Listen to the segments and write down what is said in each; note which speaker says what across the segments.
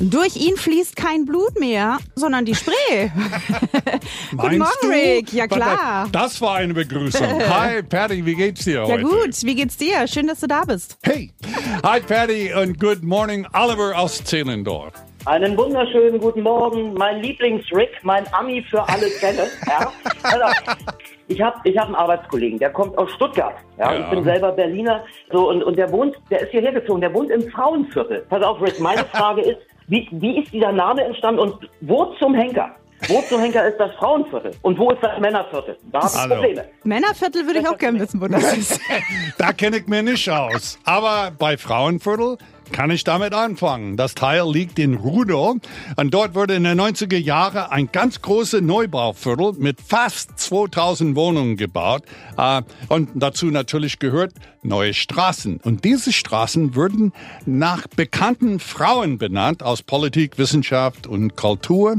Speaker 1: Durch ihn fließt kein Blut mehr, sondern die Spree. Guten Morgen,
Speaker 2: Meinst du?
Speaker 1: Rick. Ja,
Speaker 2: Warte,
Speaker 1: klar.
Speaker 2: Das war eine Begrüßung. Hi, Patty, wie geht's dir
Speaker 1: Ja,
Speaker 2: heute?
Speaker 1: gut. Wie geht's dir? Schön, dass du da bist.
Speaker 2: Hey. Hi, Patty und good morning, Oliver aus Zehlendorf.
Speaker 3: Einen wunderschönen guten Morgen, mein Lieblings-Rick, mein Ami für alle Fälle. Ja? Also, ich habe ich hab einen Arbeitskollegen, der kommt aus Stuttgart. Ja?
Speaker 2: Ja.
Speaker 3: Ich bin selber Berliner so, und, und der wohnt, der ist hierher gezogen, der wohnt im Frauenviertel. Pass auf, Rick, meine Frage ist, wie, wie ist dieser Name entstanden und wo zum Henker? Wo zum Henker ist das Frauenviertel und wo ist das Männerviertel? Da habe ich
Speaker 2: Hallo.
Speaker 3: Probleme.
Speaker 1: Männerviertel würde ich auch gerne wissen, wo das ist.
Speaker 2: Da kenne ich mir nicht aus. Aber bei Frauenviertel kann ich damit anfangen. Das Teil liegt in Rudow und dort wurde in den 90er Jahren ein ganz großes Neubauviertel mit fast 2000 Wohnungen gebaut. Äh, Und dazu natürlich gehört neue Straßen. Und diese Straßen wurden nach bekannten Frauen benannt aus Politik, Wissenschaft und Kultur.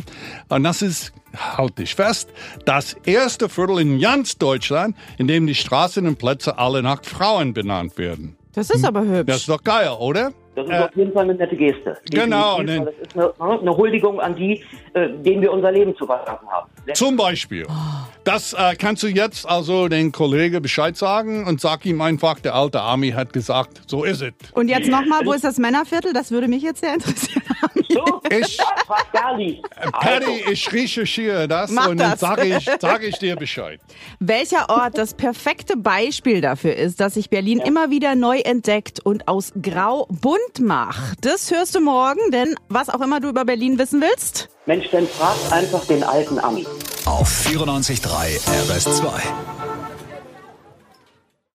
Speaker 2: Und das ist halt dich fest, das erste Viertel in ganz Deutschland, in dem die Straßen und Plätze alle nach Frauen benannt werden.
Speaker 1: Das ist aber
Speaker 2: Das ist
Speaker 1: hübsch.
Speaker 2: doch geil, oder? Äh,
Speaker 3: Das ist auf jeden Fall eine nette Geste.
Speaker 2: genau, ne-
Speaker 3: Definitiv, weil Das ist eine, eine Huldigung an die, äh, denen wir unser Leben zu verdanken haben.
Speaker 2: Zum Beispiel. Das äh, kannst du jetzt also den Kollegen Bescheid sagen und sag ihm einfach, der alte Army hat gesagt, so ist es.
Speaker 1: Und jetzt nochmal, wo ist das Männerviertel? Das würde mich jetzt sehr interessieren.
Speaker 3: So,
Speaker 2: Ich,
Speaker 3: frag Also, Gali.
Speaker 2: Patty, ich recherchiere das
Speaker 1: Mach
Speaker 2: und dann
Speaker 1: das.
Speaker 2: sage ich, sag ich dir Bescheid.
Speaker 1: Welcher Ort das perfekte Beispiel dafür ist, dass sich Berlin immer wieder neu entdeckt und aus Grau bunt macht? Das hörst du morgen, denn was auch immer du über Berlin wissen willst.
Speaker 3: Mensch, dann fragt einfach den alten Ami.
Speaker 4: Auf 94.3 RS2.